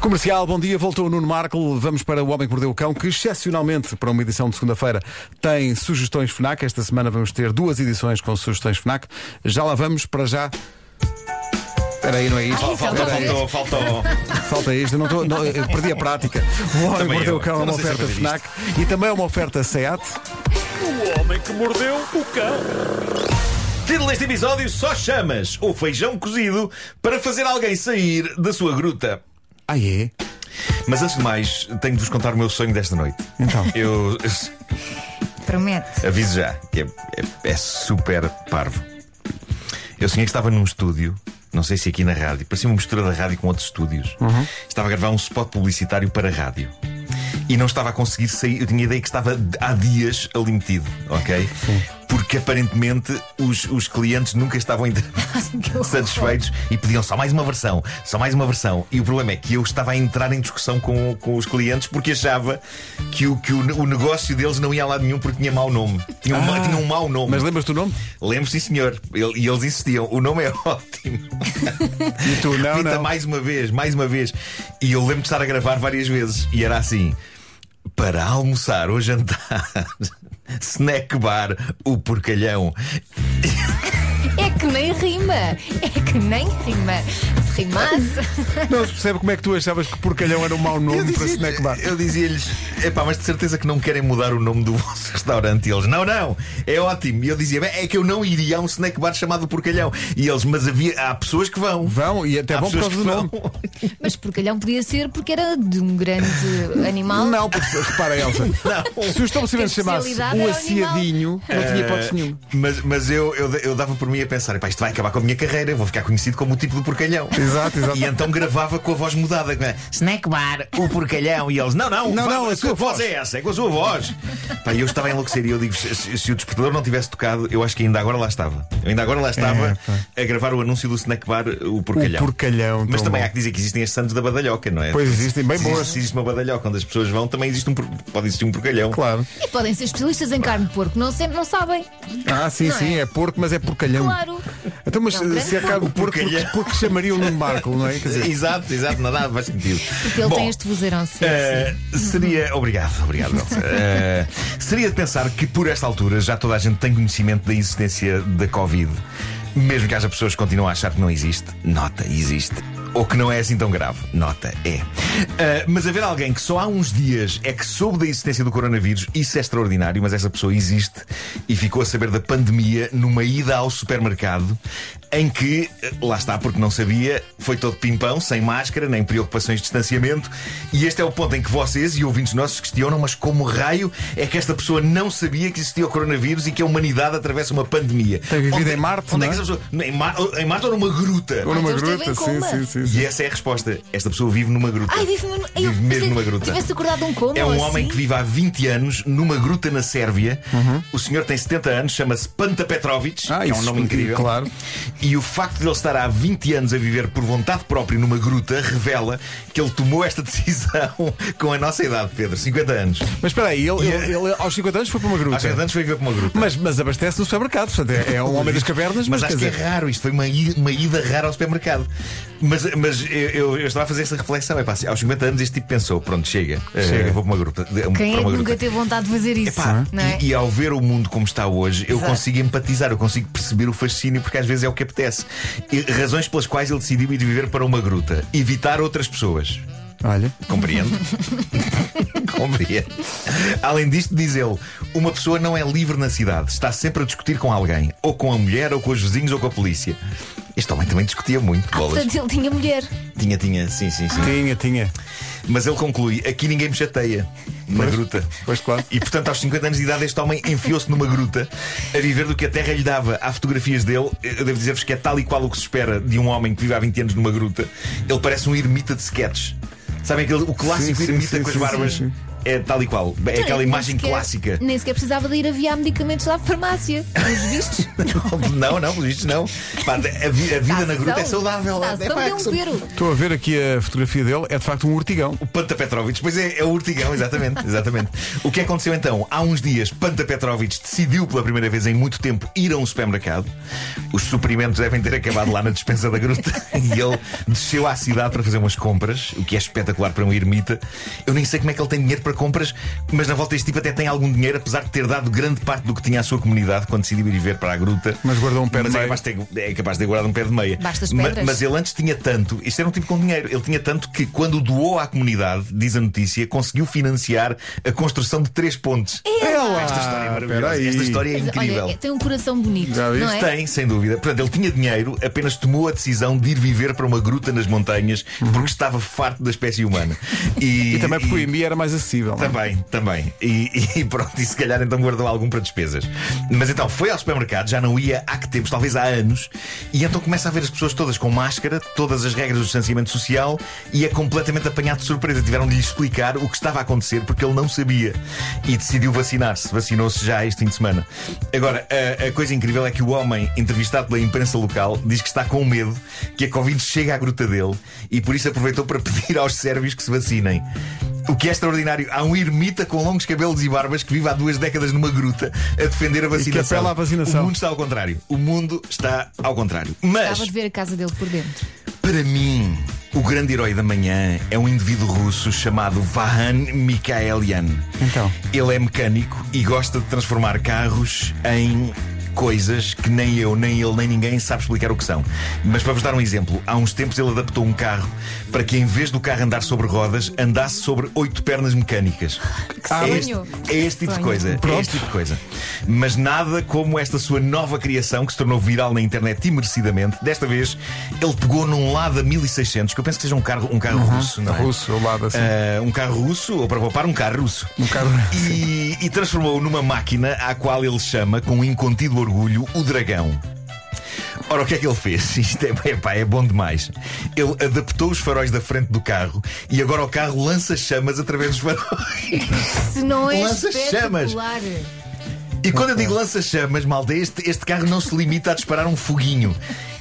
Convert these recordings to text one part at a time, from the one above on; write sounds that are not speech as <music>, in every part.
Comercial, bom dia. Voltou o Nuno Marco. Vamos para O Homem que Mordeu o Cão, que excepcionalmente, para uma edição de segunda-feira, tem sugestões FNAC. Esta semana vamos ter duas edições com sugestões FNAC. Já lá vamos, para já. Espera aí, não é isto? Ai, Espera faltou- aí. Faltou, então faltou. Falta isto, eu não tô, não, eu perdi a prática. O Homem que Também Mordeu eu. o Cão é Eu uma não sei oferta se FNAC e também é uma oferta SEAT. O homem que mordeu o cão. Título deste episódio: Só chamas o feijão cozido para fazer alguém sair da sua gruta. Ah, é? Mas antes de mais, tenho de vos contar o meu sonho desta noite. Então. Eu Promete. aviso já, que é, é- é super parvo. Eu sonhei que estava num estúdio, não sei se aqui na rádio, parecia uma mistura da rádio com outros estúdios. Estava a gravar um spot publicitário para a rádio. E não estava a conseguir sair, eu tinha a ideia que estava há dias ali metido, ok? Porque aparentemente os, os clientes nunca estavam inter- satisfeitos e pediam só mais uma versão, só mais uma versão. E o problema é que eu estava a entrar em discussão com, com os clientes porque achava que, o, que o, ne- o negócio deles não ia a lado nenhum porque tinha mau nome. Tinha um, ma- tinha um mau nome. Ah. Mas lembras-te do nome? Lembro, sim, senhor. Ele- E eles insistiam. O nome é <laughs> ótimo. E tu, não, Repita não. mais uma vez, mais uma vez. E eu lembro de estar a gravar várias vezes. E era assim: para almoçar ou jantar, <laughs> snack bar, o porcalhão. É que nem rima. É que nem rima. Se rimasse. Não se percebe como é que tu achavas que porcalhão era um mau nome para snack bar. eu dizia-lhes: epá, mas de certeza que não querem mudar o nome do <laughs> vosso restaurante. E eles: não, não, é ótimo. E eu dizia: "Bem, é que eu não iria a um snack bar chamado porcalhão. E eles: mas havia, há pessoas que vão. Vão e até Há vão por pessoas causa do que nome. vão. <laughs> Mas porcalhão podia ser porque era de um grande animal. Não, porque repara, Elsa. <laughs> Se o estabelecimento Que a chamasse especialidade o era o aciadinho, não tinha hipótese nenhuma. Eh, Mas, mas eu, eu, eu dava por mim a pensar: "Epá, isto vai acabar com a minha carreira, eu vou ficar conhecido como o tipo do porcalhão. Exato, exato. E então gravava com a voz mudada: né? Snack bar, o porcalhão. E eles: não, não, Não, vá- não, a sua voz voz." é essa, é com a sua voz. Pá, e eu estava a enlouquecer e eu digo: se, se- se o despertador não tivesse tocado, eu acho que ainda agora lá estava. Eu ainda agora lá estava a gravar o anúncio do snack bar, o porcalhão. É. O porcalhão. Mas tão também bom. há que dizer que existem as santos da badalhoca, não é? Pois existem, bem Se existe- boas. Se existe uma badalhoca onde as pessoas vão, também existe um, por- pode existir um porcalhão. Claro. E podem ser especialistas em carne de porco. Não, sempre, não sabem. Ah, sim, Não é? sim, é porco, mas é porcalhão. Claro. Então, mas É um grande se acaba o porco, porcalhão. porque, porque chamaria o Nuno Marco, não é? Quer dizer, Exato, exato, nada faz sentido. Porque ele Bom, tem este vozeirão sexy. eh, seria. Obrigado, obrigado, Elsa. Eh, seria de pensar que por esta altura já toda a gente tem conhecimento da existência da Covid. Mesmo que haja pessoas que continuam a achar que não existe, nota, existe. Ou que não é assim tão grave, nota, é. Eh, mas haver alguém que só há uns dias é que soube da existência do coronavírus, isso é extraordinário, mas essa pessoa existe e ficou a saber da pandemia numa ida ao supermercado em que, eh, lá está, porque não sabia, foi todo pimpão, sem máscara, nem preocupações de distanciamento. E este é o ponto em que vocês e ouvintes nossos questionam, mas como raio é que esta pessoa não sabia que existia o coronavírus e que a humanidade atravessa uma pandemia? Tem vivido Onde- em Marte, Onde é não que é? essa pessoa. Em, Mar- em Marte ou numa gruta? ou numa então esteve gruta, em sim, coma. sim, sim, sim. E essa é a resposta. Esta pessoa vive numa gruta. Ai, vive mesmo, eu Vive mesmo pensei numa que gruta. Tivesse acordado de um coma. É um ou homem assim. que vive há 20 anos numa gruta na Sérvia. O senhor tem 70 anos, chama-se Panta Petrovic. Uhum. Ah, que é um isso nome explica, incrível. claro. E o facto de ele estar há 20 anos a viver por vontade própria numa gruta revela que ele tomou esta <laughs> decisão com a nossa idade, Pedro, 50 anos. Mas espera aí, ele, E- ele- ele aos 50 anos foi para uma Aos 50 gruta. anos foi viver para uma gruta. Mas, mas abastece no supermercado, portanto, é, é um homem das cavernas, mas, Mas acho quer que é dizer, raro, isto foi uma, i- uma ida rara ao supermercado. Mas, mas eu, eu- eu estava a fazer essa reflexão. É pá, assim, aos 50 anos este tipo pensou: pronto, chega, Chega. eh, vou para uma gruta. de- Quem para é que uma gruta. nunca teve vontade de fazer isso? Epá, não é? e, e ao ver o mundo como está hoje, eu Exato. consigo empatizar, eu consigo perceber o fascínio, porque às vezes é o que apetece. E razões pelas quais ele decidiu ir viver para uma gruta, evitar outras pessoas. Olha, <laughs> Compreendo? Compreendo. Além disto, diz ele: uma pessoa não é livre na cidade, está sempre a discutir com alguém, ou com a mulher, ou com os vizinhos, ou com a polícia. Este homem também discutia muito, bolas. Ah, É Portanto, ele tinha mulher. Tinha, tinha, sim, sim, sim. tinha, tinha. Mas ele conclui: aqui ninguém me chateia. Na gruta. Pois claro. E portanto, aos 50 anos de idade, este homem enfiou-se numa gruta a viver do que a terra lhe dava. Há fotografias dele, eu devo dizer-vos que é tal e qual o que se espera de um homem que vive há 20 anos numa gruta. Ele parece um ermita de sketches. Sabem aquele, o clássico Sim, sim, ermita sim, com as sim, barbas? sim, sim. É tal e qual. É aquela Nem imagem sequer- clássica. <laughs> Nem sequer precisava de ir aviar medicamentos à farmácia. Os vistos. Não, não, pelos vistos não. Pá, a, vi- a vida na gruta é saudável. Dá é, pá, de que um são- peru. Estou a ver aqui a fotografia dele, é de facto um urtigão. Panta Petrovic, pois é, é o urtigão, exatamente, exatamente. O que aconteceu então? Há uns dias, Panta Petrovic decidiu pela primeira vez em muito tempo ir a um supermercado. Os suprimentos devem ter acabado lá na despensa da gruta <laughs> e ele desceu à cidade para fazer umas compras, o que é espetacular para um ermita. Eu nem sei como é que ele tem dinheiro para compras, mas na volta este tipo até tem algum dinheiro, apesar de ter dado grande parte do que tinha à sua comunidade quando decidiu ir viver para a gruta. Mas guardou um pé de Mas é meia. capaz ter- é capaz de ter guardado um pé de meia. Basta as Ma- pedras. mas ele antes tinha tanto, isto era um tipo com dinheiro, ele tinha tanto que quando doou à comunidade, diz a notícia, conseguiu financiar a construção de três pontes. Ela! Esta história é maravilhosa. Ah, Peraí. Esta história é Mas, incrível. Olha, tem um coração bonito. Já viste? Não é? Tem, sem dúvida. Portanto, ele tinha dinheiro, apenas tomou a decisão de ir viver para uma gruta nas montanhas porque estava farto da espécie humana. Uhum. E também porque o IMI era mais acessível. não é? Também, também. E, <laughs> e pronto, e se calhar então guardou algum para despesas. Mas então foi ao supermercado, já não ia há que tempos, talvez há anos, e então começa a ver as pessoas todas com máscara, todas as regras do distanciamento social, e é completamente apanhado de surpresa. Tiveram de lhe explicar o que estava a acontecer porque ele não sabia e decidiu vacinar-se. Vacinou-se já este fim de semana. Agora, a, a coisa incrível é que o homem, entrevistado pela imprensa local, diz que está com medo que a Covid chegue à gruta dele e por isso aproveitou para <laughs> pedir aos sérvios que se vacinem. O que é extraordinário, há um ermita com longos cabelos e barbas que vive há duas décadas numa gruta a defender a vacinação. apela à vacinação. O mundo está ao contrário. O mundo está ao contrário. Mas, Gostava de ver a casa dele por dentro. para mim, o grande herói da manhã é um indivíduo russo chamado Vahan Mikhaelian. Então? Ele é mecânico e gosta de transformar carros em coisas que nem eu, nem ele, nem ninguém sabe explicar o que são. Mas para vos dar um exemplo, há uns tempos ele adaptou um carro para que em vez do carro andar sobre rodas, andasse sobre oito pernas mecânicas. sonho! é este, é este tipo de Sonho. coisa. É este tipo de coisa. Mas nada como esta sua nova criação que se tornou viral na internet e merecidamente. Desta vez, ele pegou num Lada 1600, que eu penso que seja um carro, um carro russo, não é? Uhum. Russo, ao lado assim. Ah, um carro russo, ou para poupar, um carro russo. Um carro. E, e transformou-o numa máquina à qual ele chama, com um incontido orgulho, o dragão. Ora, o que é que ele fez? <laughs> Isto é, epá, é bom demais. Ele adaptou os faróis da frente do carro e agora o carro lança chamas através dos faróis. Se não é Lança É espetacular. E quando eu digo lança-chamas, malta, este, este carro não se limita a disparar um foguinho.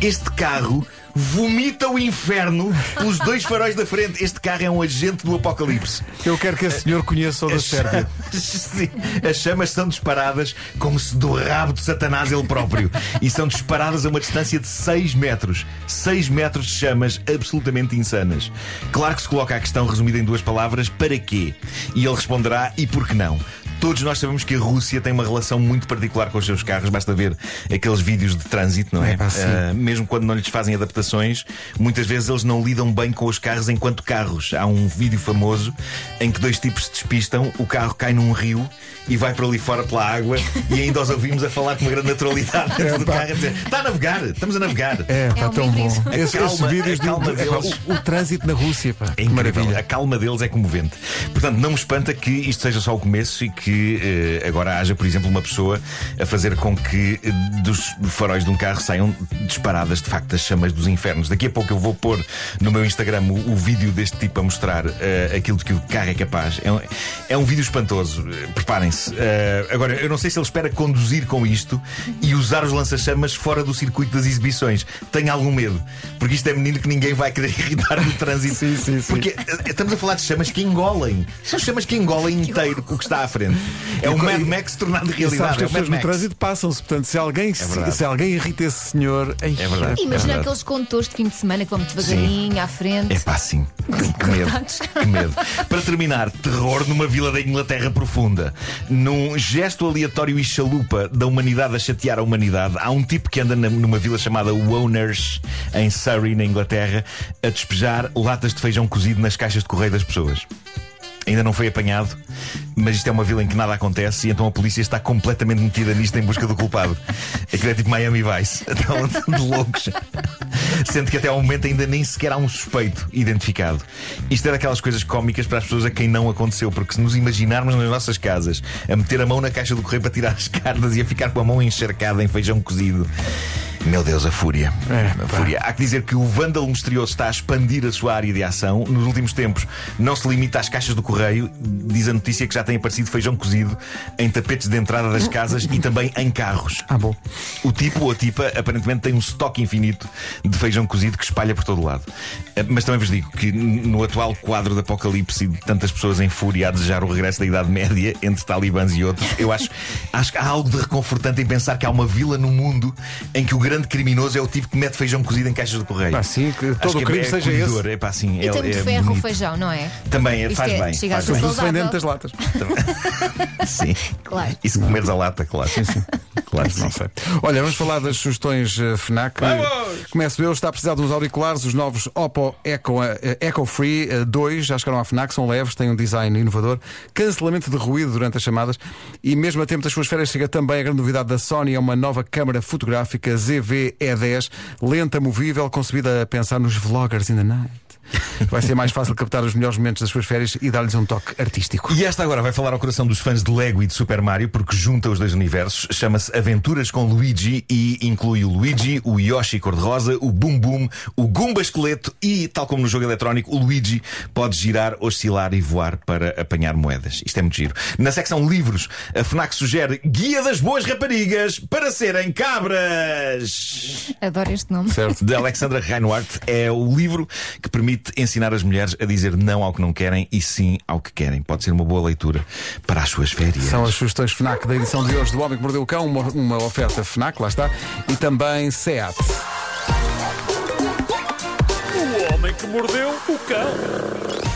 Este carro vomita o inferno pelos dois faróis da frente. Este carro é um agente do apocalipse. Eu quero que esse senhor conheça o da As Sérvia. É chamas- Sim, as chamas são disparadas como se do rabo de Satanás ele próprio. E são disparadas a uma distância de 6 metros. 6 metros de chamas absolutamente insanas. Claro que se coloca a questão resumida em duas palavras: para quê? E ele responderá: e por que não? Todos nós sabemos que a Rússia tem uma relação muito particular com os seus carros, basta ver aqueles vídeos de trânsito, não é? É, pá, sim. Ah, mesmo quando não lhes fazem adaptações, muitas vezes eles não lidam bem com os carros enquanto carros. Há um vídeo famoso em que dois tipos se despistam, o carro cai num rio e vai para ali fora pela água e ainda os ouvimos a falar com uma grande naturalidade dentro do Epá. carro a dizer: está a navegar, estamos a navegar. É, pá, um tão bom. livro. Esses, A esses calma- vídeos a de, calma é, pá, deles. o, o trânsito na Rússia, pá. É que incrível. maravilha. A calma deles é comovente. Portanto, não me espanta que isto seja só o começo e que eh, agora haja, por exemplo, uma pessoa a fazer com que eh, dos faróis de um carro saiam disparadas, de facto, as chamas dos infernos. Daqui a pouco eu vou pôr no meu Instagram o, o vídeo deste tipo a mostrar eh, aquilo de que o carro é capaz. É um, é um vídeo espantoso. Eh, Preparem-se. Eh, agora, eu não sei se ele espera conduzir com isto e usar os lança-chamas fora do circuito das exibições. Tenho algum medo, porque isto é menino que ninguém vai querer <laughs> irritar no trânsito. Sim, sim, sim. Porque eh, estamos a falar de chamas que engolem. São chamas que engolem inteiro o que está à frente. É o Mad Max tornado E sabes realidade. que É as o Mad pessoas no Max. É trânsito passam-se, portanto, se alguém, se- verdade. se alguém irrita esse senhor, ai, É verdade. Imagina É verdade. aqueles condutores de fim de semana que vão muito devagarinho à frente. É pá, sim. Que medo. Que medo. Para terminar, terror numa vila da Inglaterra profunda. Num gesto aleatório e chalupa da humanidade a chatear a humanidade, há um tipo que anda na- numa vila chamada Woners, em Surrey, na Inglaterra, a despejar latas de feijão cozido nas caixas de correio das pessoas. Ainda não foi apanhado, mas isto é uma vila em que nada acontece e então a polícia está completamente metida nisto em busca do culpado. Aquilo é tipo Miami Vice, <laughs> estão de loucos. Sendo que até ao momento ainda nem sequer há um suspeito identificado. Isto é daquelas coisas cómicas para as pessoas a quem não aconteceu, porque se nos imaginarmos nas nossas casas a meter a mão na caixa do correio para tirar as cartas e a ficar com a mão encharcada em feijão cozido. Meu Deus, a fúria. É, a pá. fúria. Há que dizer que o vândalo misterioso está a expandir a sua área de ação. Nos últimos tempos, não se limita às caixas do correio. Diz a notícia que já tem aparecido feijão cozido em tapetes de entrada das casas e também em carros. Ah, bom. O tipo ou a tipa aparentemente tem um estoque infinito de feijão cozido que espalha por todo o lado. Eh, Mas também vos digo que n- no atual quadro de apocalipse e de tantas pessoas em fúria a desejar o regresso da Idade Média entre talibãs e outros, eu acho, acho que há algo de reconfortante em pensar que há uma vila no mundo em que o grande criminoso é o tipo que mete feijão cozido em caixas de correio. Pá, Ah, sim, que todo acho que o crime é, é seja acolhedor, É, pá, sim, E é, tem muito é ferro o bonito. feijão, não é? Também é, Isto faz é bem. chegar Faz a bem. Tudo vem Saudável. dentro das latas. <laughs> Sim. Claro. E se comeres a lata, claro. Sim, <laughs> sim. Claro, Não sei. Olha, vamos falar das sugestões eh, FNAC. Vamos! Começo eu, está a precisar de uns auriculares, os novos Oppo Eco, eh, Eco Free eh, 2, já chegaram à FNAC, são leves, têm um design inovador, cancelamento de ruído durante as chamadas e mesmo a tempo das suas férias chega também a grande novidade da Sony, é uma nova câmara fotográfica ZV-E10, lenta, movível, concebida a pensar nos vloggers in the night. Vai ser mais fácil captar os melhores momentos das suas férias e dar-lhes um toque artístico. E esta agora vai falar ao coração dos fãs de Lego e de Super Mario porque junta os dois universos. Chama-se Aventuras com Luigi e inclui o Luigi, o Yoshi cor-de-rosa, o Boom Boom, o Goomba esqueleto e, tal como no jogo eletrónico, o Luigi pode girar, oscilar e voar para apanhar moedas. Isto é muito giro. Na secção livros, a Fnac sugere Guia das Boas Raparigas para serem cabras. Adoro este nome. Certo. De Alexandra Reinhardt é o livro que permite ensinar as mulheres a dizer não ao que não querem e sim ao que querem. Pode ser uma boa leitura para as suas férias. São as sugestões FNAC da edição de hoje do Homem que Mordeu o Cão, uma, uma oferta FNAC, lá está, e também SEAT. O homem que mordeu o cão.